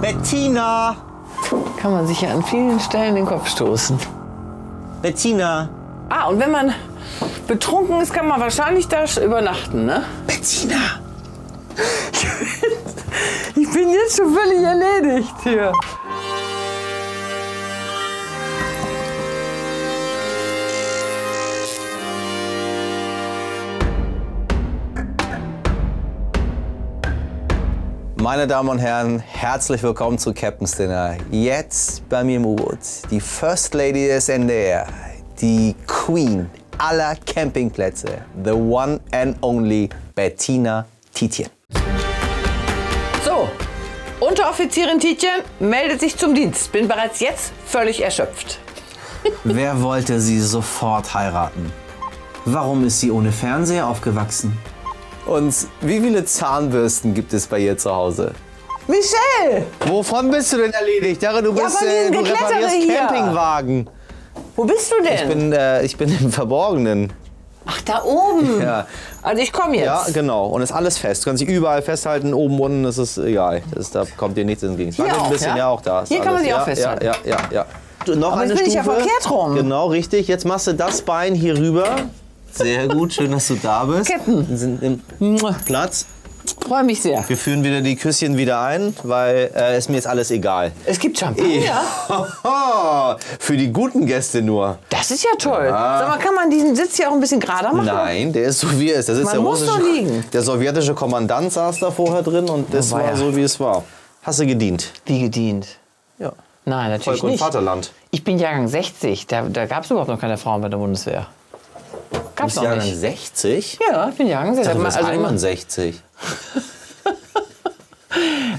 Bettina! Kann man sich ja an vielen Stellen den Kopf stoßen. Bettina! Ah, und wenn man betrunken ist, kann man wahrscheinlich da sch- übernachten, ne? Bettina! Ich bin jetzt schon völlig erledigt hier. Meine Damen und Herren, herzlich willkommen zu Captain's Dinner. Jetzt bei mir im U-Boot die First Lady des NDR, die Queen aller Campingplätze, the one and only Bettina Tietjen. So, Unteroffizierin Tietjen meldet sich zum Dienst. Bin bereits jetzt völlig erschöpft. Wer wollte sie sofort heiraten? Warum ist sie ohne Fernseher aufgewachsen? Und wie viele Zahnbürsten gibt es bei ihr zu Hause? Michelle! Wovon bist du denn erledigt? Darin, du Ja, bist äh, von diesem du Geklettere reparierst hier. Campingwagen. Wo bist du denn? Ich bin, äh, ich bin im Verborgenen. Ach, da oben. Ja. Also ich komme jetzt. Ja, genau. Und ist alles fest. Können Sie überall festhalten, oben, unten, das ist egal. Das ist, da kommt dir nichts entgegen. Es Hier wackelt auch, ein bisschen, ja? ja, auch da. Ist Hier kann man alles- sie auch ja, festhalten. Ja, ja, ja. ja. Noch Aber eine jetzt bin ich ja Stufe. verkehrt rum. Genau, richtig. Jetzt machst du das Bein hier rüber. Sehr gut, schön, dass du da bist. Captain. Wir sind im Mua Platz. Freue mich sehr. Wir führen wieder die Küsschen wieder ein, weil äh, ist mir jetzt alles egal. Es gibt Champagner. Für die guten Gäste nur. Das ist ja toll. Sag mal, kann man diesen Sitz hier auch ein bisschen gerader machen? Nein, der ist so wie er ist. Das ist Man der muss russische, doch liegen. Der sowjetische Kommandant saß da vorher drin und das Oh, weia. war so wie es war. Hast du gedient? Wie gedient? Ja. Nein, natürlich Volk und nicht. Vaterland. Ich bin Jahrgang 60. Da, da gab es überhaupt noch keine Frauen bei der Bundeswehr. Gab's noch Jahrgang nicht. 60? Ja, ich bin Jahrgang 60. Dachte, du bist also, 61.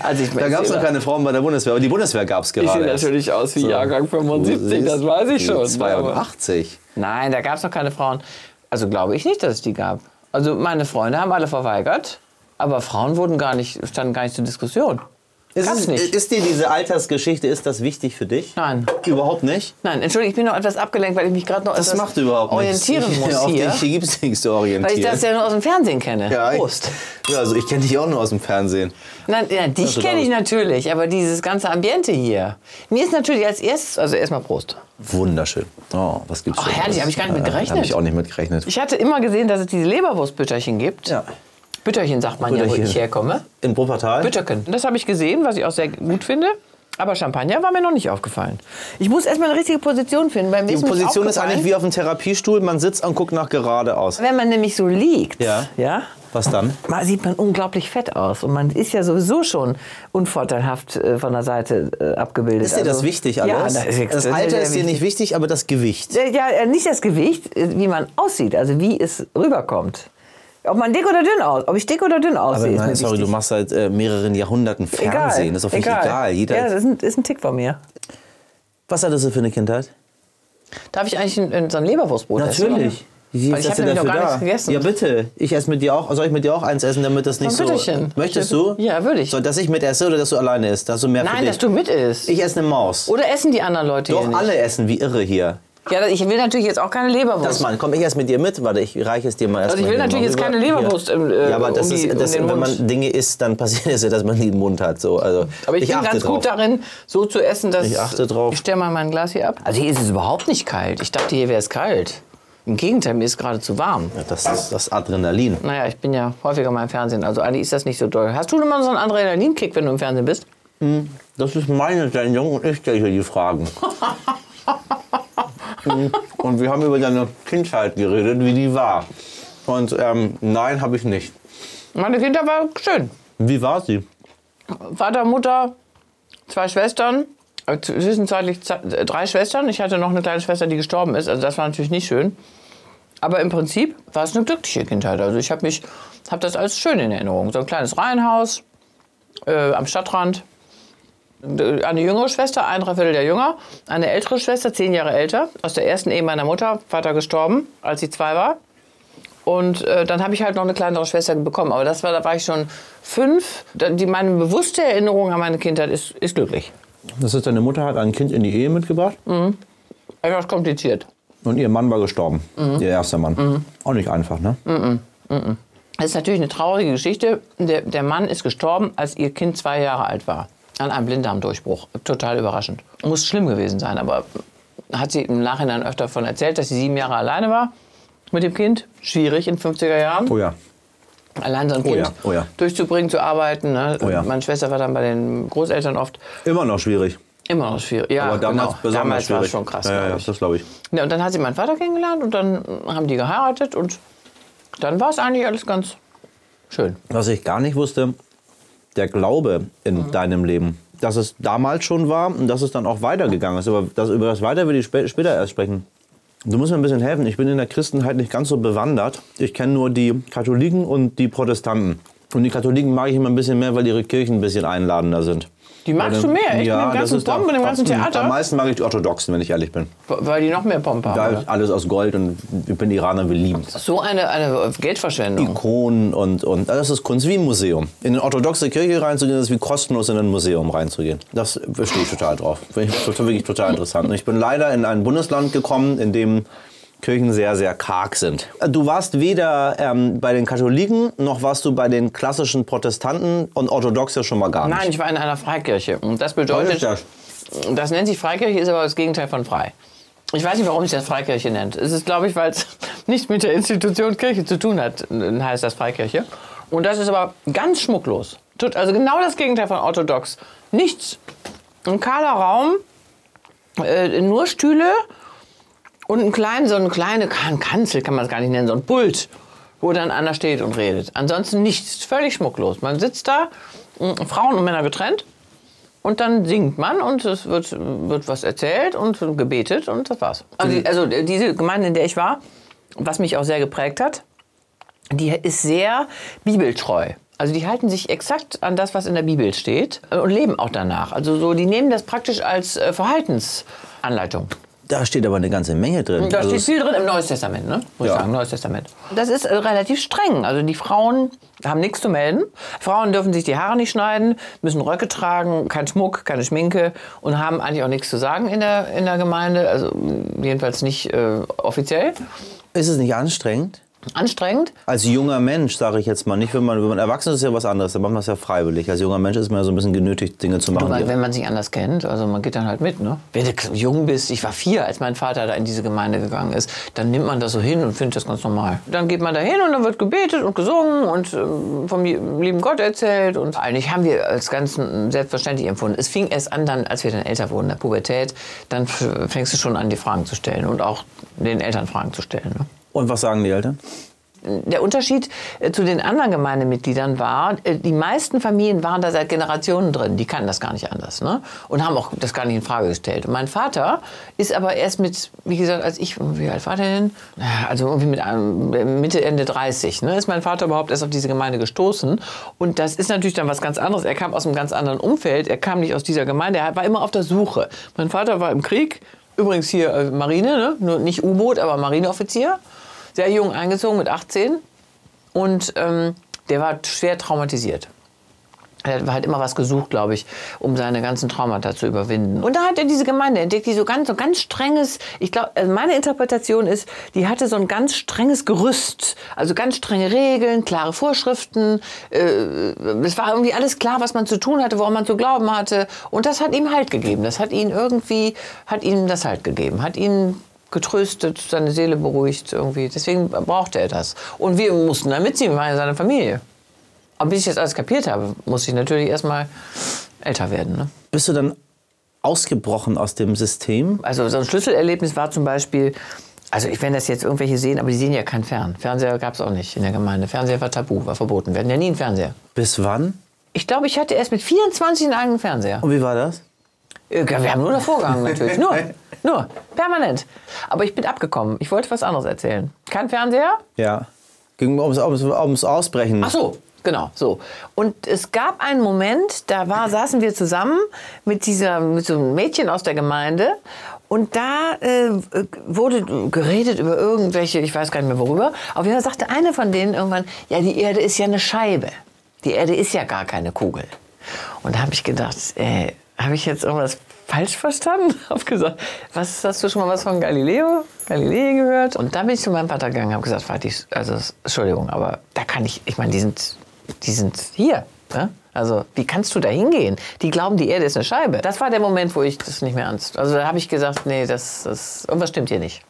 also ich, Da gab es ich noch keine Frauen bei der Bundeswehr, aber die Bundeswehr gab es Ich gerade. sehe erst. natürlich aus wie So. Jahrgang 75, Du das siehst weiß ich wie schon. 82. Nein, da gab es noch keine Frauen. Also glaube ich nicht, dass es die gab. Also meine Freunde haben alle verweigert, aber Frauen wurden gar nicht, standen gar nicht zur Diskussion. Ist, Gab's es, nicht. ist dir diese Altersgeschichte, ist das wichtig für dich? Nein. Überhaupt nicht? Nein, Entschuldigung, ich bin noch etwas abgelenkt, weil ich mich gerade noch Das, etwas macht überhaupt nichts. orientieren Ich- muss Auf hier. dich gibt es nichts zu orientieren. weil ich das ja nur aus dem Fernsehen kenne. Ja, ich- Prost. Ja, also ich kenne dich auch nur aus dem Fernsehen. Nein, ja, dich du kenne ich glaubst- natürlich, aber dieses ganze Ambiente hier. Mir ist natürlich als erstes, also erstmal Prost. Wunderschön. Oh, was gibt's Ach, herrlich, hab ich gar nicht mit gerechnet. Habe ich auch nicht mit gerechnet. Ich hatte immer gesehen, dass es diese Leberwurstbütterchen gibt. Ja. Bütterchen sagt man ja, wo Bütterchen. ich herkomme. In Wuppertal? Bütterchen. Das habe ich gesehen, was ich auch sehr gut finde. Aber Champagner war mir noch nicht aufgefallen. Ich muss erstmal eine richtige Position finden. Beim Die Position ist eigentlich wie auf einem Therapiestuhl. Man sitzt und guckt nach gerade aus. Wenn man nämlich so liegt, Ja. ja, Was dann? mal sieht man unglaublich fett aus. Und man ist ja sowieso schon unvorteilhaft äh, von der Seite äh, abgebildet. Ist dir das Also- wichtig alles? Ja, das, ist, das Alter ist dir nicht nicht wichtig, aber das Gewicht. Äh, Ja, äh, nicht das Gewicht, äh, wie man aussieht, also wie es rüberkommt. Ob man dick oder dünn aus, ob ich dick oder dünn aussehe, ist mir sorry, wichtig. du machst seit äh, mehreren Jahrhunderten egal. Fernsehen. Das ist doch völlig egal. Jeder, ja, das ist ein, ist ein Tick von mir. Was hattest du für eine Kindheit? Darf ich eigentlich ein, so ein Leberwurstbrot essen? Wie Weil ist das Also ich hab denn nämlich noch dafür gar da? nichts gegessen. Ja, bitte. Ich esse mit dir auch. Soll ich mit dir auch eins essen, damit das nicht Ein so. Bütterchen. Möchtest du? Ja, würde ich. So, dass ich mit esse oder dass du alleine isst? Dass du mehr für Nein, dich. dass du mit isst. Ich esse eine Maus. Oder essen die anderen Leute hier Doch, nicht? alle essen wie irre hier. Ja, ich will natürlich jetzt auch keine Leberwurst. Das Mann, komm, ich esse mit dir mit. Warte, ich reiche es dir mal erst Oh. Also ich mal will hier natürlich mal rüber. jetzt keine Leberwurst im, äh, ja, aber das um die- ist, das, um den wenn Mund. man Dinge isst, dann passiert es ja, dass man die im Mund hat. So. Also, aber ich, bin achte ganz drauf. gut darin, so zu essen, dass... Ich achte drauf. Ich stelle mal mein Glas hier ab. Also hier ist es überhaupt nicht kalt. Ich dachte, hier wäre es kalt. Im Gegenteil, mir ist gerade zu warm. Ja, Das ist das Adrenalin. Naja, ich bin ja häufiger mal im Fernsehen, also eigentlich ist das nicht so doll. Hast du immer so einen Adrenalinkick, wenn du im Fernsehen bist? Das ist meine Sendung und ich stelle hier die Fragen. und wir haben über deine Kindheit geredet, wie die war. Und ähm, nein, habe ich nicht. Meine Kinder waren schön. Wie war sie? Vater, Mutter, zwei Schwestern. äh, Zwischenzeitlich ze- äh, drei Schwestern. Ich hatte noch eine kleine Schwester, die gestorben ist. Also das war natürlich nicht schön. Aber im Prinzip war es eine glückliche Kindheit. Also ich habe mich, habe das als schön in Erinnerung. So ein kleines Reihenhaus äh, am Stadtrand. D- Eine jüngere Schwester, ein Dreiviertel der jünger. Eine ältere Schwester, zehn Jahre älter, aus der ersten Ehe meiner Mutter. Vater gestorben, als ich zwei war. Und äh, dann habe ich halt noch eine kleinere Schwester bekommen. Aber das war, da war ich schon fünf. Da- Die, meine bewusste Erinnerung an meine Kindheit ist, ist glücklich. Das ist, deine Mutter hat ein Kind in die Ehe mitgebracht Etwas kompliziert. und ihr Mann war gestorben. Ihr erster Mann. Auch nicht einfach, ne? Das ist natürlich eine traurige Geschichte. Der, der Mann ist gestorben, als ihr Kind zwei Jahre alt war. an einem Blinddarmdurchbruch. Total überraschend. Muss schlimm gewesen sein, aber hat sie im Nachhinein öfter davon erzählt, dass sie sieben Jahre alleine war mit dem Kind. Schwierig in 50er Jahren. Oh ja. Allein sein Kind ja, oh ja. durchzubringen, zu arbeiten. Ne? Oh ja. Meine Schwester war dann bei den Großeltern oft Immer noch schwierig. immer noch schwierig. Ja, Aber damals genau. besonders damals war schwierig. es schon krass, Ja, ja, glaub ja, ich. das glaube ich. Ja, und dann hat sie meinen Vater kennengelernt und dann äh, haben die geheiratet und dann war es eigentlich alles ganz schön. Was ich gar nicht wusste, der Glaube Mhm. in deinem Leben, dass es damals schon war und dass es dann auch weitergegangen ist. Aber das, über das Weiter will ich spä später erst sprechen. Du musst mir ein bisschen helfen. Ich bin in der Christenheit nicht ganz so bewandert. Ich kenne nur die Katholiken und die Protestanten. Und die Katholiken mag ich immer ein bisschen mehr, weil ihre Kirchen ein bisschen einladender sind. Die magst du mehr? Echt? ja, mit dem das ganzen ist da- Pomp und dem ganzen trotzdem, Am Theater? meisten mag ich die Orthodoxen, wenn ich ehrlich bin. Weil die noch mehr Pomp haben. Da oder? ist alles aus Gold und ich bin Iraner, wir lieben es. So eine, eine Geldverschwendung. Ikonen und, und das ist Kunst wie ein Museum. In eine orthodoxe Kirche reinzugehen, ist wie kostenlos in ein Museum reinzugehen. Das verstehe ich total drauf. Finde ich total, wirklich total interessant. Und ich bin leider in ein Bundesland gekommen, in dem Kirchen sehr, sehr karg sind. Du warst weder ähm, bei den Katholiken, noch warst du bei den klassischen Protestanten und Orthodox ja schon mal gar nicht. Nein, ich war in einer Freikirche. Und das Was bedeutet, ist das? das nennt sich Freikirche, ist aber das Gegenteil von frei. Ich weiß nicht, warum sich das Freikirche nennt. Es ist, glaube ich, weil es nichts mit der Institution Kirche zu tun hat, n- heißt das Freikirche. Und das ist aber ganz schmucklos. Tut- Also genau das Gegenteil von orthodox. Nichts. Ein kahler Raum, äh, nur Stühle und einen kleinen, so eine kleine Kan- Kanzel kann man es gar nicht nennen, so ein Pult, wo dann einer steht und redet. Ansonsten nichts, völlig schmucklos. Man sitzt da, m, Frauen und Männer getrennt, und dann singt man und es wird, wird was erzählt und gebetet und das war's. Also, die, also diese Gemeinde, in der ich war, was mich auch sehr geprägt hat, die ist sehr bibeltreu. Also die halten sich exakt an das, was in der Bibel steht äh, und leben auch danach. Also so, die nehmen das praktisch als äh, Verhaltensanleitung. Da steht aber eine ganze Menge drin. Da Also steht viel drin im Neues Testament, ne? Muss Ja. ich sagen, Neues Testament. Das ist äh, relativ streng. Also die Frauen haben nichts zu melden. Frauen dürfen sich die Haare nicht schneiden, müssen Röcke tragen, kein Schmuck, keine Schminke und haben eigentlich auch nichts zu sagen in der, in der Gemeinde. Also mh, jedenfalls nicht äh, offiziell. ist es nicht anstrengend? Anstrengend. Als junger Mensch, sage ich jetzt mal, nicht wenn man, wenn man erwachsen ist, ist ja was anderes, dann macht man es ja freiwillig. Als junger Mensch ist man ja so ein bisschen genötigt, Dinge zu machen. Weil, die- wenn man sich anders kennt, also man geht dann halt mit, ne? Wenn du k- jung bist, ich war vier, als mein Vater da in diese Gemeinde gegangen ist, dann nimmt man das so hin und findet das ganz normal. Dann geht man da hin und dann wird gebetet und gesungen und ähm, vom je- lieben Gott erzählt und eigentlich haben wir als ganz n- selbstverständlich empfunden. Es fing erst an, dann, als wir dann älter wurden, in der Pubertät, dann f- fängst du schon an, die Fragen zu stellen und auch den Eltern Fragen zu stellen, ne? Und was sagen die Eltern? der Unterschied äh, zu den anderen Gemeindemitgliedern war, äh, die meisten Familien waren da seit Generationen drin. Die kannten das gar nicht anders ne? und haben auch das gar nicht in Frage gestellt. Und mein Vater ist aber erst mit, wie gesagt, als ich, wie alt war der denn? Naja, Also irgendwie mit einem, Mitte, Ende 30 ne? ist mein Vater überhaupt erst auf diese Gemeinde gestoßen. Und das ist natürlich dann was ganz anderes. Er kam aus einem ganz anderen Umfeld. Er kam nicht aus dieser Gemeinde. Er war immer auf der Suche. Mein Vater war im Krieg. Übrigens hier äh, Marine, ne? Nur nicht U-Boot, aber Marineoffizier sehr jung eingezogen mit 18 und ähm, der war schwer traumatisiert. Er hat halt immer was gesucht, glaube ich, um seine ganzen Traumata zu überwinden. Und da hat er diese Gemeinde entdeckt, die so ganz, so ganz strenges, ich glaube, also meine Interpretation ist, die hatte so ein ganz strenges Gerüst. Also ganz strenge Regeln, klare Vorschriften. Äh, es war irgendwie alles klar, was man zu tun hatte, woran man zu glauben hatte. Und das hat ihm Halt gegeben. Das hat ihn irgendwie, hat ihm das Halt gegeben. Hat ihn getröstet, seine Seele beruhigt irgendwie. Deswegen brauchte er das. Und wir mussten da mitziehen, wir waren ja seine Familie. Aber bis ich das alles kapiert habe, muss ich natürlich erstmal älter werden. Ne? Bist du dann ausgebrochen aus dem System? Also so ein Schlüsselerlebnis war zum Beispiel, also ich wenn das jetzt irgendwelche sehen, aber die sehen ja keinen Fern. Fernseher gab es auch nicht in der Gemeinde. Fernseher war tabu, war verboten. Wir hatten ja nie einen Fernseher. Bis wann? Ich glaube, ich hatte erst mit 24 einen eigenen Fernseher. Und wie war das? Äh, Wir haben nur davor gehangen natürlich. Nur. Nur. Permanent. Aber ich bin abgekommen. Ich wollte was anderes erzählen. Kein Fernseher, Ja. Ging ums, ums, ums Ausbrechen. Hm. Ach so, genau, so. Und es gab einen Moment, da war, saßen wir zusammen mit, dieser, mit so einem Mädchen aus der Gemeinde. Und da äh, wurde geredet über irgendwelche, ich weiß gar nicht mehr worüber. Auf jeden Fall sagte eine von denen irgendwann, ja, die Erde ist ja eine Scheibe. Die Erde ist ja gar keine Kugel. Und da habe ich gedacht, äh, habe ich jetzt irgendwas falsch verstanden? Habe gesagt, was hast du schon mal was von Galileo, Galilei gehört? Und dann bin ich zu meinem Vater gegangen, habe gesagt, Vati, also Entschuldigung, aber da kann ich, ich meine, die sind, die sind hier. Ne? Also, wie kannst du da hingehen? Die glauben, die Erde ist eine Scheibe. Das war der Moment, wo ich das nicht mehr ernst. Also, da habe ich gesagt, nee, das, das, irgendwas stimmt hier nicht.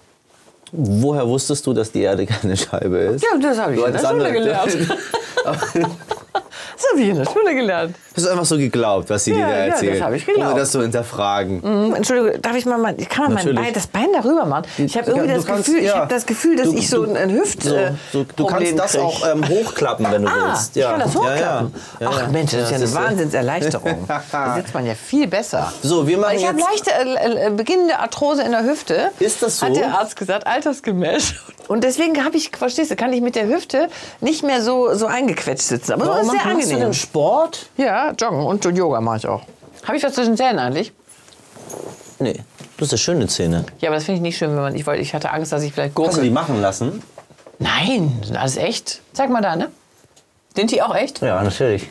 Woher wusstest du, dass die Erde keine Scheibe ist? Ja, das habe ich Du in der hattest Schule andere- gelernt. Das habe ich in der Schule gelernt. Du hast einfach so geglaubt, was sie dir Ja, da ja, das erzählen. habe ich geglaubt. Ohne das zu hinterfragen. Hm, Entschuldigung, darf ich mal, mein, kann man mein Natürlich. Bein, das Bein darüber machen? Ich habe Ja, irgendwie du das, kannst- Gefühl, ich ja. hab das Gefühl, dass Du- ich so du- ein, ein Hüft. So, äh, so, du Problem kannst das krieg. auch ähm, hochklappen, wenn du Ah, willst. Ja. ich kann das hochklappen. Ja, ja. Ja, Ach Mensch, das ist ja eine siehst du. Wahnsinnserleichterung. da sitzt man ja viel besser. So, wir machen ich habe jetzt- leichte äh, äh, beginnende Arthrose in der Hüfte. Ist das so? Hat der Arzt gesagt, altersgemäß. Und deswegen habe ich, verstehst du, kann ich mit der Hüfte nicht mehr so, so eingequetscht sitzen. Aber Warum das ist sehr machst du angenehm. denn Sport? Ja, joggen und Yoga mache ich auch. Habe ich was zwischen Zähnen eigentlich? Nee, du hast ja schöne Zähne. Ja, aber das finde ich nicht schön, wenn man. Ich, wollte, ich hatte Angst, dass ich vielleicht Hast du Gurke. die machen lassen? Nein, sind alles echt. Zeig mal da, ne? Sind die auch echt? Ja, natürlich.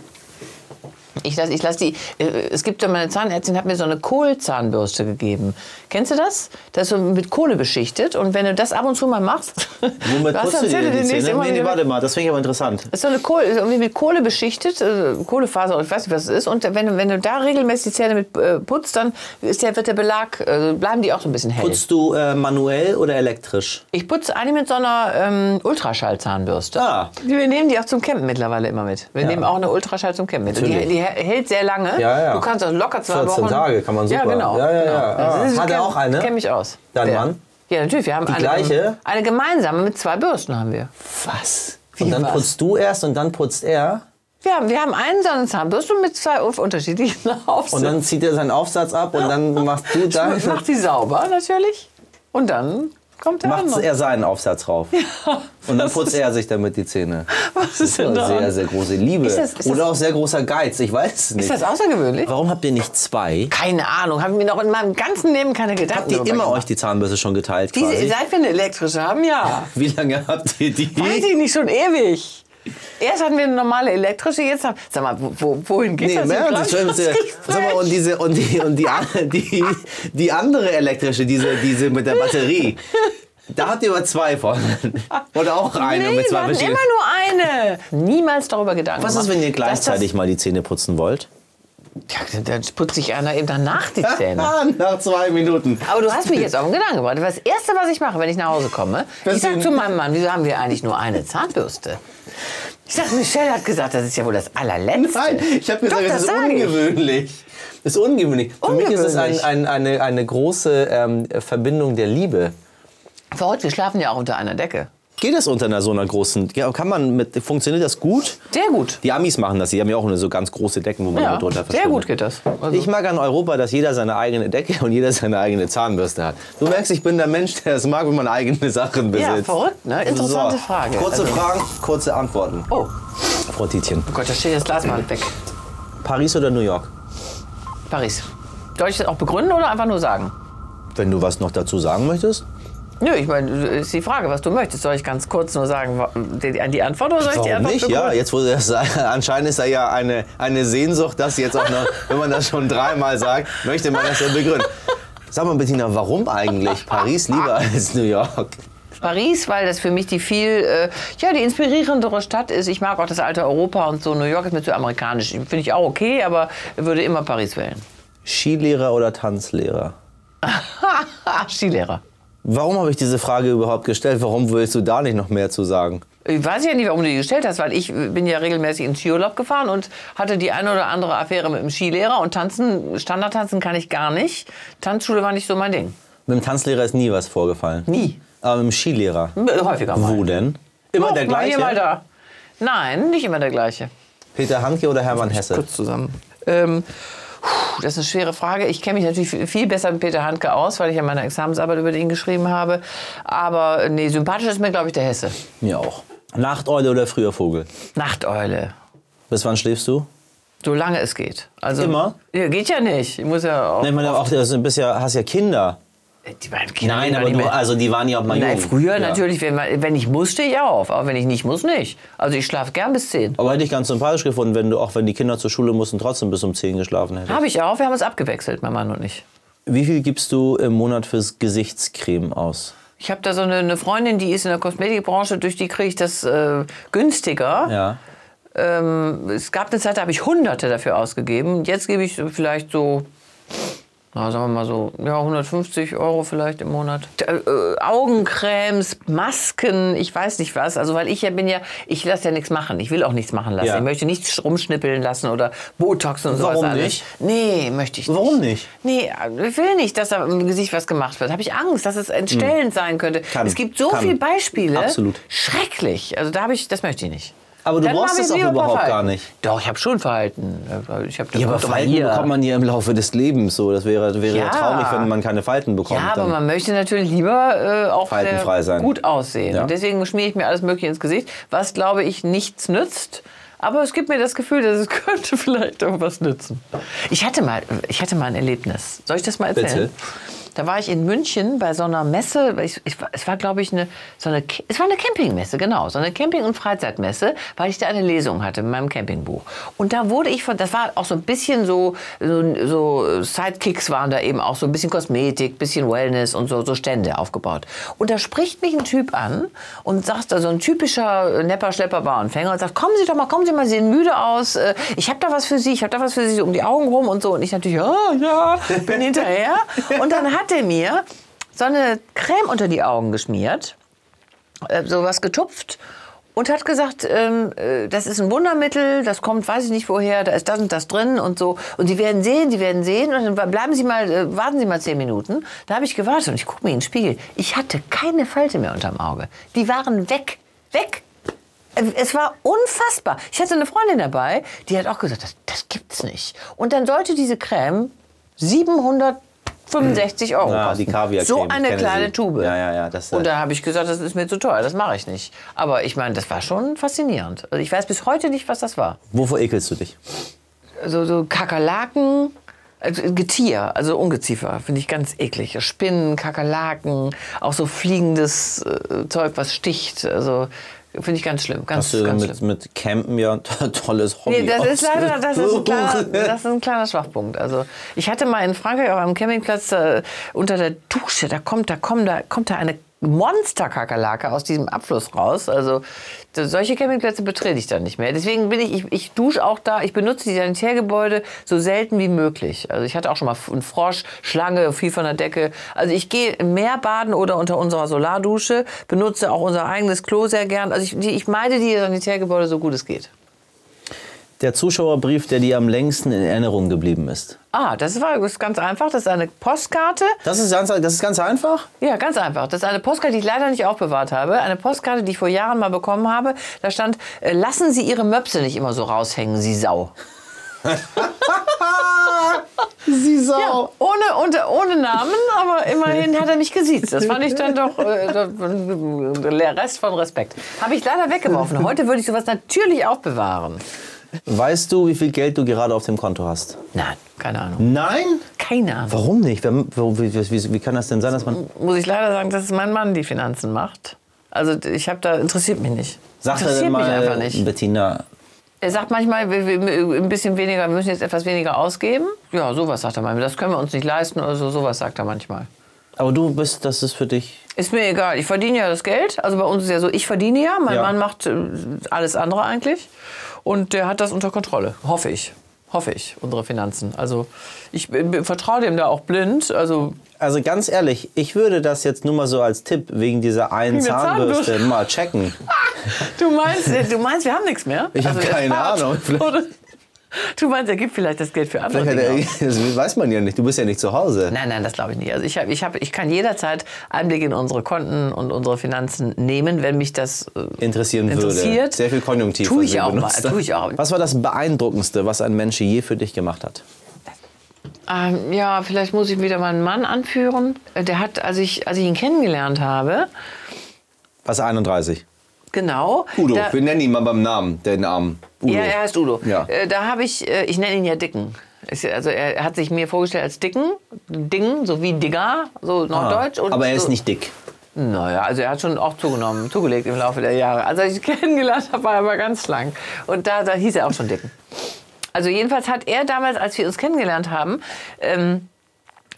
Ich lasse ich lass die. Äh, es gibt ja meine Zahnärztin, hat mir so eine Kohlzahnbürste gegeben. Kennst du das? Das ist so mit Kohle beschichtet. Und wenn du das ab und zu mal machst, Womit du hast putzt du dann dir Zähne die demnächst Zähne? immer Nee, nee, wieder- warte mal, das finde ich aber interessant. Das ist so eine Kohle, ist irgendwie mit Kohle beschichtet, äh, Kohlefaser, ich weiß nicht, was es ist. Und wenn, du- wenn du da regelmäßig die Zähne mit äh, putzt, dann ist der, wird der Belag, äh, bleiben die auch so ein bisschen hell. Putzt du äh, manuell oder elektrisch? Ich putze eine mit so einer ähm, Ultraschallzahnbürste. Ah. Wir nehmen die auch zum Campen mittlerweile immer mit. Wir nehmen auch eine Ultraschall zum Campen mit. Und Die, Natürlich. die hält sehr lange. Ja, ja. Du kannst auch locker zwei 14 Wochen. Tage kann man Ja, super. genau. Ja, ja, ja. genau. Ah. Hat er kenn- auch eine? Kenn mich aus. Dein Der- Mann? Ja, natürlich. Wir haben die eine, gleiche? Eine gemeinsame mit zwei Bürsten haben wir. Was? Wie und dann was? putzt du erst und dann putzt er. Wir haben, wir haben einen so eine Zahnbürste mit zwei unterschiedlichen Aufsätzen. Und dann zieht er seinen Aufsatz ab und dann machst du dann. Macht die sauber natürlich. Und dann kommt der Macht andere. er seinen Aufsatz drauf. Und dann putzt er sich damit die Zähne. Was ist denn da? Sehr, sehr große Liebe. Ist das- ist das- Oder auch sehr großer Geiz, ich weiß es nicht. ist das außergewöhnlich? Warum habt ihr nicht zwei? Keine Ahnung, habe mir noch in meinem ganzen Leben keine Gedanken Habt ihr darüber immer gemacht. euch die Zahnbürste schon geteilt Diese, quasi? seit wir eine elektrische haben, ja. Wie lange habt ihr die? Weiß ich nicht, schon ewig. Erst hatten wir eine normale elektrische, jetzt haben. Sag mal, wo, wo, wohin geht das? im jetzt Ernst, gleich? ne, das Das ist- das- kriegst du sag mal, und nicht. diese und die und die, an- die, die andere elektrische, diese, diese mit der Batterie. Da habt ihr aber zwei von. Oder auch um eine nee, mit wir zwei hatten verschiedenen. immer nur eine. Niemals darüber Gedanken Was ist, wenn ihr gleichzeitig mal die Zähne putzen wollt? Das, ja, dann putzt sich einer eben danach die Zähne. Nach zwei Minuten. Aber du hast mich jetzt auf den Gedanken gebracht. Das Erste, was ich mache, wenn ich nach Hause komme, ich sage zu meinem Mann, wieso haben wir eigentlich nur eine Zahnbürste? Ich sage, Michelle hat gesagt, das ist ja wohl das allerletzte. Nein, ich habe gesagt, Doch, das, ist sag ich. ungewöhnlich. Das ist ungewöhnlich. Für mich ist es ein, Ungewöhnlich. ein, eine, eine große ähm, Verbindung der Liebe. Für heute, wir schlafen ja auch unter einer Decke. Geht das unter einer so einer großen? ja, Kann man mit, funktioniert das gut? Sehr gut. Die Amis machen das. Die haben ja auch eine so ganz große Decken, wo man Ja, immer drunter sehr verschwindet. gut geht das. Also, Ich mag an Europa, dass jeder seine eigene Decke und jeder seine eigene Zahnbürste hat. Du merkst, ich bin der Mensch, der es mag, wenn man eigene Sachen Ja, besitzt. verrückt, ne? Interessante Frage. Kurze Also- Fragen, kurze Antworten. oh, Frau Tietjen, oh Gott, da steht das Glas mal weg. Paris oder New York? Paris. Soll ich das auch begründen oder einfach nur sagen? Wenn du was noch dazu sagen möchtest? Nö, ich meine, ist die Frage, was du möchtest. Soll ich ganz kurz nur sagen, wa- die, die die Antwort oder soll ich die Warum Antwort nicht? Ja, begründen? jetzt wo du das, anscheinend ist da ja eine, eine Sehnsucht, das jetzt auch noch, wenn man das schon dreimal sagt, möchte man das ja begründen. Sag mal, Bettina, warum eigentlich Paris lieber als New York? Paris, weil das für mich die viel, äh, ja, die inspirierendere Stadt ist. Ich mag auch das alte Europa und so. New York ist mir zu amerikanisch. Finde ich auch okay, aber würde immer Paris wählen. Skilehrer oder Tanzlehrer? Skilehrer. Warum habe ich diese Frage überhaupt gestellt? Warum willst du da nicht noch mehr zu sagen? Ich weiß ja nicht, warum du die gestellt hast, weil ich bin ja regelmäßig in Skiurlaub gefahren und hatte die eine oder andere Affäre mit dem Skilehrer und tanzen, Standardtanzen kann ich gar nicht. Tanzschule war nicht so mein Ding. Mit dem Tanzlehrer ist nie was vorgefallen. Nie. Aber mit dem Skilehrer. Häufiger mal. Wo denn? Immer Doch, der Mal gleiche? hier, mal da. Nein, nicht immer der gleiche. Peter Handke oder Hermann Hesse? Kurz zusammen. Ähm, puh, das ist eine schwere Frage. Ich kenne mich natürlich viel- viel besser mit Peter Handke aus, weil ich ja meine Examensarbeit über den geschrieben habe. Aber äh, nee, sympathisch ist mir, glaube ich, der Hesse. Mir auch. Nachteule oder früher Vogel? Nachteule. Bis wann schläfst du? Solange es geht. Also, Immer? Ja, geht ja nicht. Ich muss ja auch. Ich meine, auch, du bist ja, hast ja Kinder. Die beiden Kinder Nein, die aber waren nicht nur, mehr- also die waren ja auch mal jung. Nein, früher ja. natürlich, wenn, man- wenn ich muss, stehe ich auf. Aber wenn ich nicht muss, nicht. Also ich schlafe gern bis 10. Aber hätte ich ganz sympathisch gefunden, wenn du, auch wenn die Kinder zur Schule mussten, trotzdem bis um 10 geschlafen hättest. Habe ich auch. Wir haben uns abgewechselt, mein Mann und ich. Wie viel gibst du im Monat fürs Gesichtscreme aus? Ich habe da so eine, eine Freundin, die ist in der Kosmetikbranche, durch die kriege ich das äh, günstiger. Ja. Ähm, es gab eine Zeit, da habe ich Hunderte dafür ausgegeben. Jetzt gebe ich so vielleicht so, na, sagen wir mal so, ja, 150 Euro vielleicht im Monat. Äh, äh, Augencremes, Masken, ich weiß nicht was. Also, weil ich ja bin ja, ich lasse ja nichts machen. Ich will auch nichts machen lassen. Ja. Ich möchte nichts rumschnippeln lassen oder Botoxen und sowas Warum alles. nicht? Nee, möchte ich nicht. Warum nicht? Nee, ich will nicht, dass da im Gesicht was gemacht wird. Habe ich Angst, dass es entstellend sein könnte. Hm. Kann, es gibt so kann. viele Beispiele. Absolut. Schrecklich. Also da habe ich, das möchte ich nicht. Aber du Dann brauchst mache ich das auch lieber überhaupt Verhalten. gar nicht. Doch, ich habe schon Verhalten. Ich habe Ja, aber Falten bekommt man ja im Laufe des Lebens so. Das wäre, wäre ja. Ja. traurig, wenn man keine Falten bekommt. Ja, aber dann. man möchte natürlich lieber äh, auch Faltenfrei sehr sein. gut aussehen. Ja. Und Deswegen schmiere ich mir alles Mögliche ins Gesicht, was, glaube ich, nichts nützt. Aber es gibt mir das Gefühl, dass es könnte vielleicht irgendwas nützen. Ich hatte mal, ich hatte mal ein Erlebnis. Soll ich das mal erzählen? Da war ich in München bei so einer Messe. weil Ich, ich, war- es war, glaube ich, eine, so eine, Ca- es war eine Campingmesse, genau. So eine Camping- und Freizeitmesse, weil ich da eine Lesung hatte in meinem Campingbuch. Und da wurde ich von, das war auch so ein bisschen so, so, so Sidekicks waren da eben auch, so ein bisschen Kosmetik, bisschen Wellness und so, so Stände aufgebaut. Und da spricht mich ein Typ an und sagt, also ein typischer Nepper, Schlepper, Bauernfänger und sagt, kommen Sie doch mal, kommen Sie mal, Sie sehen müde aus, äh, ich habe da was für Sie, ich habe da was für Sie, so um die Augen rum und so. Und ich natürlich, ja, ja, bin hinterher. Und dann hat er mir so eine Creme unter die Augen geschmiert äh, sowas getupft und hat gesagt, ähm, äh, das ist ein Wundermittel, das kommt, weiß ich nicht woher, da ist das und das drin und so. Und Sie werden sehen, Sie werden sehen und dann bleiben Sie mal, äh, warten Sie mal zehn Minuten. Da habe ich gewartet und ich gucke mir in den Spiegel. Ich hatte keine Falte mehr unterm Auge. Die waren weg, weg. Äh, Es war unfassbar. Ich hatte eine Freundin dabei, die hat auch gesagt, das, das gibt's nicht. Und dann sollte diese Creme 765 Euro Ah, kosten. die Kaviar so eine kleine Tube. Ja, ja, ja. Das, Und da habe ich gesagt, das ist mir zu teuer, das mache ich nicht. Aber ich meine, das war schon faszinierend. Also ich weiß bis heute nicht, was das war. wovor ekelst du dich? Also so Kakerlaken, also Getier, also Ungeziefer, finde ich ganz eklig. Spinnen, Kakerlaken, auch so fliegendes äh, Zeug, was sticht. Also finde ich ganz schlimm, ganz, Hast du ganz mit, schlimm. mit Campen ja ein to- tolles Hobby. Nee, das ist aus- leider, das ist, ein kleiner, das ist ein kleiner Schwachpunkt. Also ich hatte mal in Frankreich auf einem Campingplatz äh, unter der Dusche, da kommt, da kommt, da kommt da eine Monsterkakerlake aus diesem Abfluss raus. Also so- solche Campingplätze betrete ich dann nicht mehr. Deswegen bin ich, ich, ich dusche auch da, ich benutze die Sanitärgebäude so selten wie möglich. Also ich hatte auch schon mal einen Frosch, Schlange, viel von der Decke. Also ich gehe im Meer baden oder unter unserer Solardusche, benutze auch unser eigenes Klo sehr gern. Also ich, die, ich meide die Sanitärgebäude so gut es geht. Der Zuschauerbrief, der dir am längsten in Erinnerung geblieben ist. Ah, das war das ist ganz einfach. Das ist eine Postkarte. Das ist ganz, das ist ganz einfach. Ja, ganz einfach. Das ist eine Postkarte, die ich leider nicht aufbewahrt habe. Eine Postkarte, die ich vor Jahren mal bekommen habe. Da stand, äh, lassen Sie Ihre Möpse nicht immer so raushängen, Sie Sau. Sie Sau. Ja, ohne, und, ohne Namen, aber immerhin hat er mich gesiezt. Das fand ich dann doch äh, doch, äh, der Rest von Respekt. Habe ich leider weggeworfen. Heute würde ich sowas natürlich aufbewahren. Weißt du, wie viel Geld du gerade auf dem Konto hast? Nein, keine Ahnung. Nein? Keine Ahnung. Warum nicht? Wer- wo- Wie, wie, wie, wie kann das denn sein, dass man. Muss ich leider sagen, dass es mein Mann die Finanzen macht. Also ich habe da, interessiert mich nicht. Sag da interessiert denn mich mal, einfach nicht. Bettina, Er sagt manchmal, wir, wir, ein bisschen weniger, wir müssen jetzt etwas weniger ausgeben. Ja, sowas sagt er manchmal. Das können wir uns nicht leisten oder so, sowas sagt er manchmal. aber du bist, das ist für dich. Ist mir egal, ich verdiene ja das Geld. Also bei uns ist ja so, ich verdiene ja, mein Ja. Mann macht äh, alles andere eigentlich. Und der hat das unter Kontrolle, hoffe ich. Hoffe ich, unsere Finanzen. Also ich äh, vertraue dem da auch blind. Also Also ganz ehrlich, ich würde das jetzt nur mal so als Tipp wegen dieser einen Wegen der Zahnbürste Zahnbürste. mal checken. Du meinst, äh, du meinst, wir haben nichts mehr? Ich hab er keine spart. Ahnung. Vielleicht- Oder- Du meinst, er gibt vielleicht das Geld für andere Vielleicht hat Dinge. aus. er- eh- Das weiß man ja nicht. Du bist ja nicht zu Hause. Nein, nein, das glaube ich nicht. Also ich, hab, ich, hab, ich kann jederzeit Einblick in unsere Konten und unsere Finanzen nehmen, wenn mich das äh, Interessieren würde. interessiert. Sehr viel Konjunktiv. Tue was ich du auch mal. benutzt hast. Tue ich auch. Was war das Beeindruckendste, was ein Mensch je für dich gemacht hat? Ähm, ja, vielleicht muss ich wieder meinen Mann anführen. Äh, Der hat, als ich, als ich ihn kennengelernt habe, Was 31? genau. Udo, da, wir nennen ihn mal beim Namen, den Namen. Udo. Ja, er heißt Udo. Ja. Äh, da habe ich, äh, ich nenne ihn ja Dicken. Ist ja- Also er hat sich mir vorgestellt als Dicken, Dingen, so wie Digger, so norddeutsch. und Ah, aber er so, ist nicht dick. Naja, also er hat schon auch zugenommen, zugelegt im Laufe der Jahre. Als ich ihn kennengelernt habe, war er aber ganz lang. Und da, da hieß er auch schon Dicken. Also jedenfalls hat er damals, als wir uns kennengelernt haben, ähm,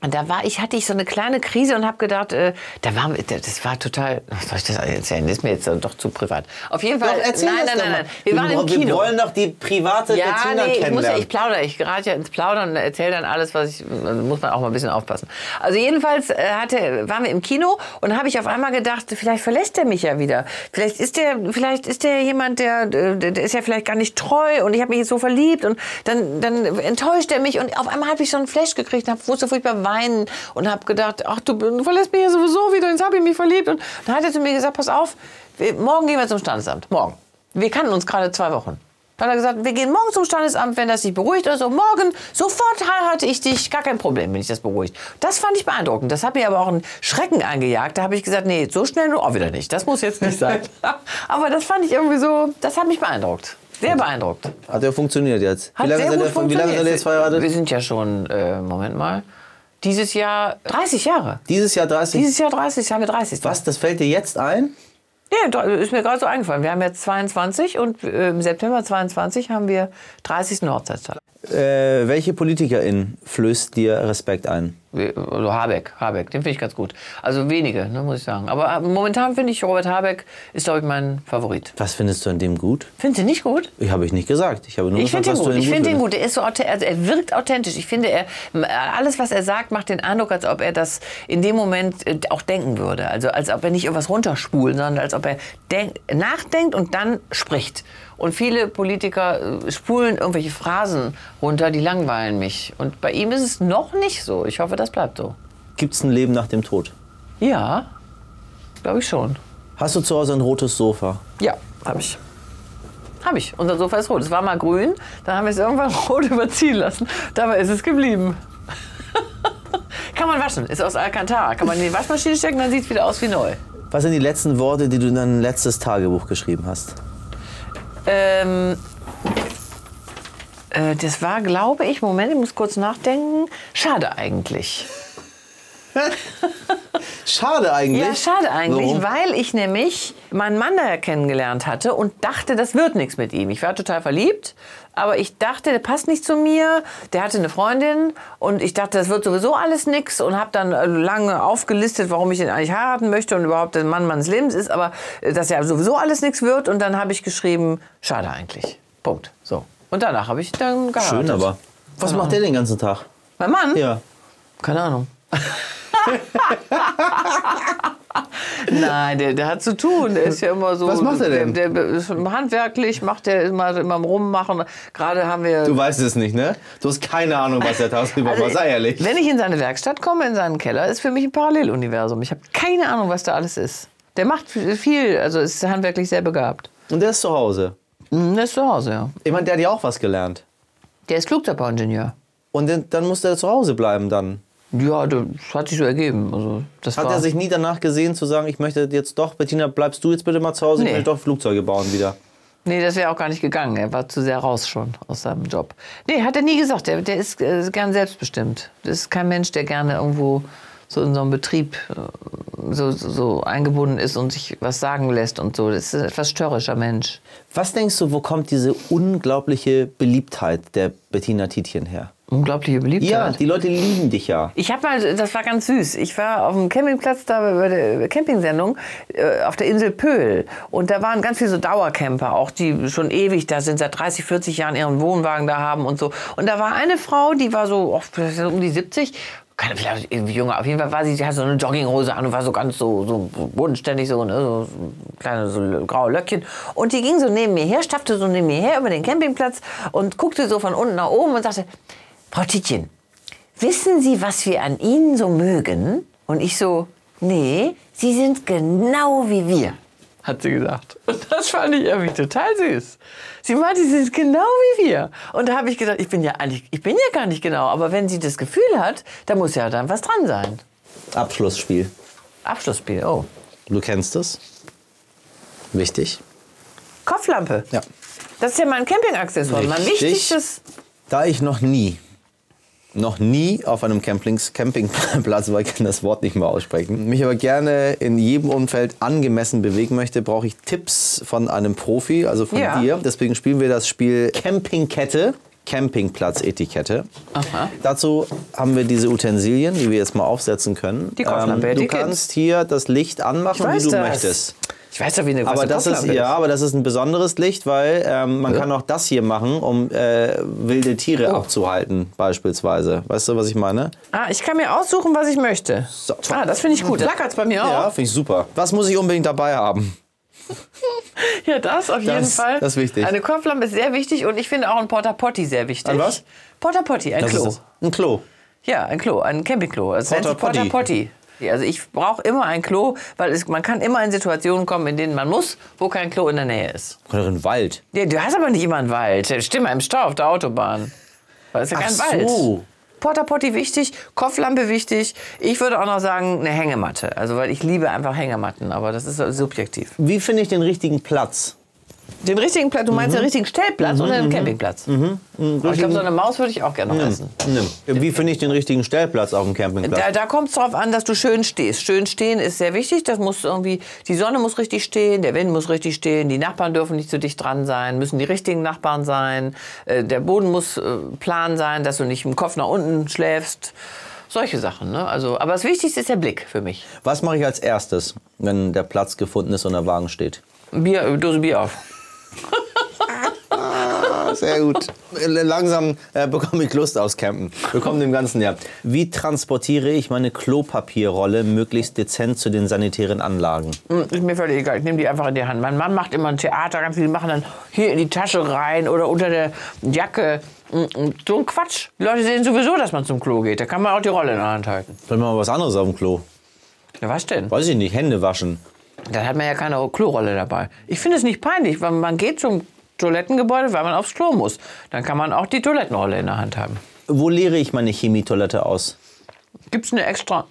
Und da war ich, hatte ich so eine kleine Krise und habe gedacht, äh, da war, das war total. Soll ich das erzählen? Das ist mir jetzt doch zu privat. Auf jeden Fall. Doch, erzähl nein, das nein, doch nein, mal. nein. Wir waren im Kino. Wir wollen doch die private ja, Bettina nee, ich, muss, kennenlernen. ich plaudere, ich gerate ja ins Plaudern und erzähle dann alles, was ich, also muss man auch mal ein bisschen aufpassen. Also jedenfalls äh, hatte, waren wir im Kino und habe ich auf einmal gedacht, vielleicht verlässt er mich ja wieder. Vielleicht ist der, vielleicht ist der jemand, der, der, der ist ja vielleicht gar nicht treu und ich habe mich jetzt so verliebt und dann, dann enttäuscht er mich und auf einmal habe ich so einen Flash gekriegt und hab, musste furchtbar weinen und habe gedacht, ach du, du verlässt mich ja sowieso wieder, jetzt habe ich mich verliebt und dann hat er zu mir gesagt, pass auf, wir, morgen gehen wir zum Standesamt, morgen. Wir kannten uns gerade zwei Wochen. Dann hat er gesagt, wir gehen morgen zum Standesamt, wenn das dich beruhigt oder so. Morgen, sofort heirate ich dich, gar kein Problem, wenn ich das beruhigt. Das fand ich beeindruckend. Das hat mir aber auch einen Schrecken angejagt. Da habe ich gesagt, nee, so schnell nur auch wieder nicht. Das muss jetzt nicht sein. aber das fand ich irgendwie so, das hat mich beeindruckt. Sehr beeindruckt. Hat ja funktioniert jetzt. Hat wie lange sehr seid gut ihr, wie lange funktioniert. seid ihr jetzt verheiratet? Wir sind ja schon, äh, Moment mal, dieses Jahr 30 Jahre. Dieses Jahr 30. Dieses Jahr 30, haben wir 30. was, das fällt dir jetzt ein? Nee, da- ist mir gerade so eingefallen. Wir haben jetzt 22 und äh, im September 22 haben wir 30. Hochzeitstag. Äh, welche PolitikerIn flößt dir Respekt ein? We- Also Habeck, Habeck, den finde ich ganz gut. Also wenige, ne, muss ich sagen. Aber äh, momentan finde ich, Robert Habeck ist, glaube ich, mein Favorit. Was findest du an dem gut? Findest du nicht gut? Ich habe ich nicht gesagt. Ich habe nur Ich gesagt, finde ihn was du gut. an ihm Ich finde ihn findest. gut. Er, ist so, authent- also er wirkt authentisch. Ich finde, er, alles, was er sagt, macht den Eindruck, als ob er das in dem Moment äh, auch denken würde. Also als ob er nicht irgendwas runterspulen, sondern als ob er denk, nachdenkt und dann spricht. Und viele Politiker äh, spulen irgendwelche Phrasen runter, die langweilen mich. Und bei ihm ist es noch nicht so. Ich hoffe, das bleibt so. Gibt's ein Leben nach dem Tod? Ja, glaube ich schon. Hast du zu Hause ein rotes Sofa? Ja, habe ich. Habe ich. Unser Sofa ist rot. Es war mal grün, dann haben wir es irgendwann rot überziehen lassen. Dabei ist es geblieben. kann man waschen. Ist aus Alcantara. Kann man in die Waschmaschine stecken, dann sieht es wieder aus wie neu. Was sind die letzten Worte, die du in dein letztes Tagebuch geschrieben hast? Ähm, äh, das war, glaube ich, Moment, ich muss kurz nachdenken. Schade eigentlich. Schade eigentlich. Ja, schade eigentlich, Warum? weil ich nämlich meinen Mann da kennengelernt hatte und dachte, das wird nichts mit ihm. Ich war total verliebt, aber ich dachte, der passt nicht zu mir. Der hatte eine Freundin und ich dachte, das wird sowieso alles nichts und habe dann äh, lange aufgelistet, warum ich ihn eigentlich heiraten möchte und überhaupt der Mann meines Lebens ist, aber äh, dass ja sowieso alles nichts wird und dann habe ich geschrieben, schade eigentlich. Punkt. So. Und danach habe ich dann geheiratet. Schön, aber. Was macht der den ganzen Tag? Mein Mann? Ja. Keine Ahnung. Nein, der, der hat zu tun. Der ist ja immer so. Was macht er denn? Der, der ist handwerklich, macht der immer, immer am rummachen. Gerade haben wir. Du weißt es nicht, ne? Du hast keine Ahnung, was der tagsüber Also, macht. Sei ehrlich. Wenn ich in seine Werkstatt komme, in seinen Keller, ist für mich ein Paralleluniversum. Ich habe keine Ahnung, was da alles ist. Der macht viel, also ist handwerklich sehr begabt. Und der ist zu Hause. Mhm, Der ist zu Hause, ja. Ich meine, der hat ja auch was gelernt. Der ist Flugzeugbauingenieur. Und dann, dann musste er zu Hause bleiben dann. Ja, das hat sich so ergeben. Also, das Hat war er sich nie danach gesehen zu sagen, ich möchte jetzt doch, Bettina, bleibst du jetzt bitte mal zu Hause, Nee. ich möchte doch Flugzeuge bauen wieder. Nee, das wäre auch gar nicht gegangen. Er war zu sehr raus schon aus seinem Job. Nee, hat er nie gesagt. Der, der ist äh, gern selbstbestimmt. Das ist kein Mensch, der gerne irgendwo so in so einem Betrieb äh, so, so, so eingebunden ist und sich was sagen lässt und so. Das ist ein etwas störrischer Mensch. Was denkst du, wo kommt diese unglaubliche Beliebtheit der Bettina Tietjen her? Unglaubliche Beliebtheit. Ja, die Leute lieben dich ja. Ich habe mal, das war ganz süß. Ich war auf dem Campingplatz da bei der Campingsendung äh, auf der Insel Pöhl und da waren ganz viele so Dauercamper, auch die schon ewig da sind, seit 30, 40 Jahren ihren Wohnwagen da haben und so. Und da war eine Frau, die war so ach, vielleicht so um die 70. Keine, vielleicht irgendwie jünger. Auf jeden Fall war sie, die hatte so eine Jogginghose an und war so ganz so, so bodenständig, so, ne, so kleine so graue Löckchen. Und die ging so neben mir her, stapfte so neben mir her über den Campingplatz und guckte so von unten nach oben und sagte, Frau Tietjen, wissen Sie, was wir an Ihnen so mögen? Und ich so, nee, Sie sind genau wie wir. Hat sie gesagt. Und das fand ich irgendwie total süß. Sie meinte, sie sind genau wie wir. Und da habe ich gedacht, ich bin ja eigentlich, ich bin ja gar nicht genau, aber wenn sie das Gefühl hat, da muss ja dann was dran sein. Abschlussspiel. Abschlussspiel, oh. Du kennst es. Wichtig. Kopflampe. Ja. Das ist ja mein Campingaccessoire, mein Richtig. wichtigstes. Da ich noch nie, noch nie auf einem Campings, Campingplatz war, ich kann das Wort nicht mehr aussprechen, mich aber gerne in jedem Umfeld angemessen bewegen möchte, brauche ich Tipps von einem Profi, also von Ja. dir. Deswegen spielen wir das Spiel Campingkette. Campingplatzetikette. Dazu haben wir diese Utensilien, die wir jetzt mal aufsetzen können. Ähm, Die Kopflampe, du die kannst hier das Licht anmachen, wie weiß du das. möchtest. Ich weiß doch, wie eine was Aber eine das ist Kopflampe ja, aber das ist ein besonderes Licht, weil ähm, man kann auch das hier machen, um äh, wilde Tiere abzuhalten, beispielsweise. Weißt du, was ich meine? Ah, ich kann mir aussuchen, was ich möchte. So. Ah, das finde ich gut. Plackert's bei mir Ja, auch. finde ich super. Was muss ich unbedingt dabei haben? Ja, das auf jeden Fall. das ist wichtig. Eine Kopflampe ist sehr wichtig und ich finde auch ein Porta Potti sehr wichtig. Ein was? Porta Potti, ein Das Klo. ist ein Klo. Ja, ein Klo, ein Campingklo. Also Porta Porta, Porta Potti. Potti. Also ich brauche immer ein Klo, weil es, man kann immer in Situationen kommen, in denen man muss, wo kein Klo in der Nähe ist. Oder ein Wald. Ja, du hast aber nicht immer einen Wald. Steh mal im Stau auf der Autobahn. Da ist ja kein Wald. so. Porta Potti wichtig, Kopflampe wichtig. Ich würde auch noch sagen, eine Hängematte. Also weil ich liebe einfach Hängematten, aber das ist subjektiv. Wie finde ich den richtigen Platz? Den richtigen Platz, du meinst den richtigen Stellplatz oder den Campingplatz? Aber ich glaube, so eine Maus würde ich auch gerne noch essen. Wie finde ich den richtigen Stellplatz auf dem Campingplatz? Da, da kommt es darauf an, dass du schön stehst. Schön stehen ist sehr wichtig. Das muss irgendwie, die Sonne muss richtig stehen, der Wind muss richtig stehen, die Nachbarn dürfen nicht zu dicht dran sein, müssen die richtigen Nachbarn sein, äh, der Boden muss äh, plan sein, dass du nicht im Kopf nach unten schläfst. Solche Sachen. Ne? Also, aber das Wichtigste ist der Blick für mich. Was mache ich als erstes, wenn der Platz gefunden ist und der Wagen steht? Bier, äh, Dose Bier auf. Ah, Sehr gut. Langsam äh, bekomme ich Lust aufs Campen. Wir kommen dem Ganzen näher. Wie transportiere ich meine Klopapierrolle möglichst dezent zu den sanitären Anlagen? Mm, Ist mir völlig egal, ich nehme die einfach in die Hand. Mein Mann macht immer ein Theater, ganz viele machen dann hier in die Tasche rein oder unter der Jacke. Mm, mm, So ein Quatsch. Die Leute sehen sowieso, dass man zum Klo geht. Da kann man auch die Rolle in der Hand halten. Vielleicht mal was anderes auf dem Klo. Ja, was denn? Weiß ich nicht, Hände waschen. Dann hat man ja keine Klorolle dabei. Ich finde es nicht peinlich, weil man geht zum Toilettengebäude, weil man aufs Klo muss. Dann kann man auch die Toilettenrolle in der Hand haben. Wo leere ich meine Chemietoilette aus? Gibt es eine extra,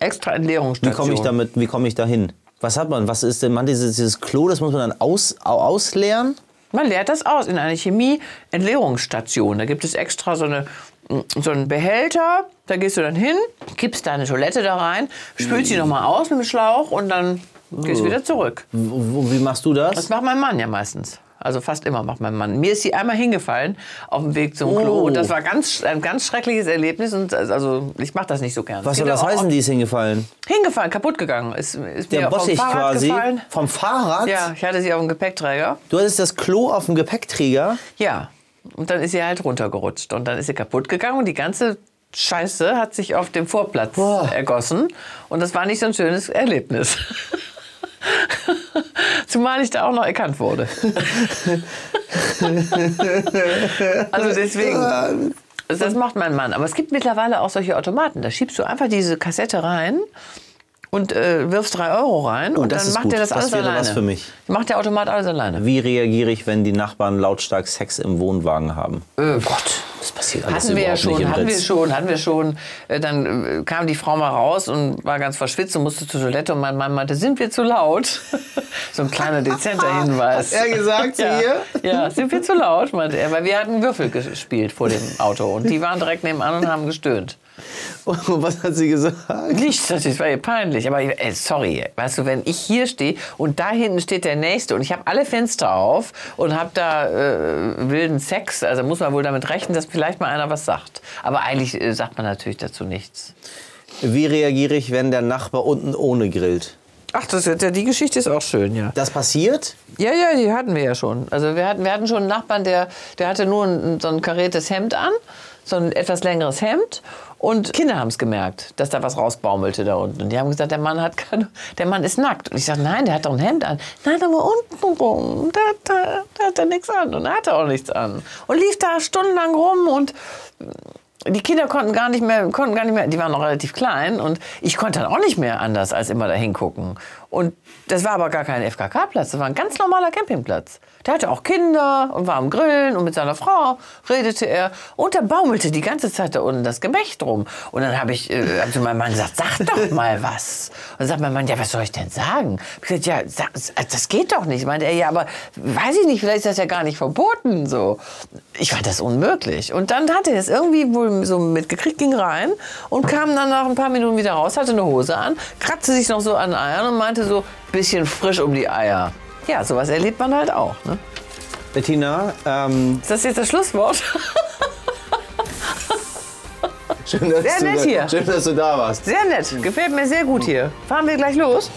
extra Wie Entleerungsstation? komme ich damit, wie komme ich da hin? Was hat man? Was ist denn? Man dieses, dieses Klo, das muss man dann aus, au- ausleeren? Man leert das aus in einer Chemie-Entleerungsstation. Da gibt es extra so, eine, mm, so einen Behälter. Da gehst du dann hin, kippst deine Toilette da rein, spülst Mm. die nochmal aus mit dem Schlauch und dann gehst du Oh. wieder zurück. Wo, wo, wie machst du das? Das macht mein Mann ja meistens. Also fast immer macht mein Mann. Mir ist sie einmal hingefallen auf dem Weg zum Klo. Oh. Und das war ganz, ein ganz schreckliches Erlebnis. Und also ich mache das nicht so gern. Also, was Es soll gibt das auch- heißen, die ist hingefallen? Hingefallen, kaputt gegangen. Ist, ist Der mir vom Bossig Fahrrad quasi. gefallen. Vom Fahrrad? Ja, ich hatte sie auf dem Gepäckträger. Du hattest das Klo auf dem Gepäckträger? Ja. Und dann ist sie halt runtergerutscht und dann ist sie kaputt gegangen und die ganze Scheiße hat sich auf dem Vorplatz Boah. ergossen und das war nicht so ein schönes Erlebnis. Zumal ich da auch noch erkannt wurde. also Ah. deswegen. Das das macht mein Mann. Aber es gibt mittlerweile auch solche Automaten. Da schiebst du einfach diese Kassette rein und äh, wirfst drei Euro rein und, Oh, das dann ist macht gut. der das Das alles wäre was alleine. für mich. Macht der Automat alles alleine. Wie reagiere ich, wenn die Nachbarn lautstark Sex im Wohnwagen haben? Äh, Gott, Das passiert alles Hatten wir ja überhaupt nicht schon, im hatten wir Ritz. schon, hatten wir schon. Äh, Dann äh, kam die Frau mal raus und war ganz verschwitzt und musste zur Toilette und mein Mann meinte, sind wir zu laut? so ein kleiner dezenter Hinweis. Hat er gesagt zu ja, ihr? Ja, sind wir zu laut, meinte er, weil wir hatten Würfel gespielt vor dem Auto und die waren direkt nebenan und haben gestöhnt. Und was hat sie gesagt? Nichts, das war ihr peinlich, aber ey, sorry, weißt du, wenn ich hier stehe und da hinten steht der Nächste und ich habe alle Fenster auf und habe da äh, wilden Sex, also muss man wohl damit rechnen, dass vielleicht mal einer was sagt. Aber eigentlich äh, sagt man natürlich dazu nichts. Wie reagiere ich, wenn der Nachbar unten ohne grillt? Ach, das, die Geschichte ist auch schön, ja. Das passiert? Ja, ja, die hatten wir ja schon. Also wir hatten, wir hatten schon einen Nachbarn, der, der hatte nur ein, so ein kariertes Hemd an, so ein etwas längeres Hemd. Und Kinder haben es gemerkt, dass da was rausbaumelte da unten. Und die haben gesagt, der Mann hat keine, der Mann ist nackt. Und ich sage, nein, der hat doch ein Hemd an. Nein, aber unten rum, da, da, da hat er nichts an. Und da hat er auch nichts an. Und lief da stundenlang rum und die Kinder konnten gar nicht mehr, konnten gar nicht mehr, die waren noch relativ klein und ich konnte dann auch nicht mehr anders als immer da hingucken. Und das war aber gar kein FKK-Platz, das war ein ganz normaler Campingplatz. Der hatte auch Kinder und war am Grillen und mit seiner Frau redete er und da baumelte die ganze Zeit da unten das Gemächt rum. Und dann habe ich äh, hab zu meinem Mann gesagt, sag doch mal was. Und dann sagt mein Mann, ja, was soll ich denn sagen? Ich gesagt, ja, sag, das geht doch nicht. Meinte er, ja, aber weiß ich nicht, vielleicht ist das ja gar nicht verboten so. Ich fand das unmöglich. Und dann hat er es irgendwie wohl so mitgekriegt, ging rein und kam dann nach ein paar Minuten wieder raus, hatte eine Hose an, kratzte sich noch so an Eiern und meinte so, bisschen frisch um die Eier. Ja, sowas erlebt man halt auch. Ne? Bettina, ähm, Ist das jetzt das Schlusswort? Schön, dass Sehr du nett da, hier. Schön, dass du da warst. Sehr nett. Gefällt mir sehr gut hier. Fahren wir gleich los?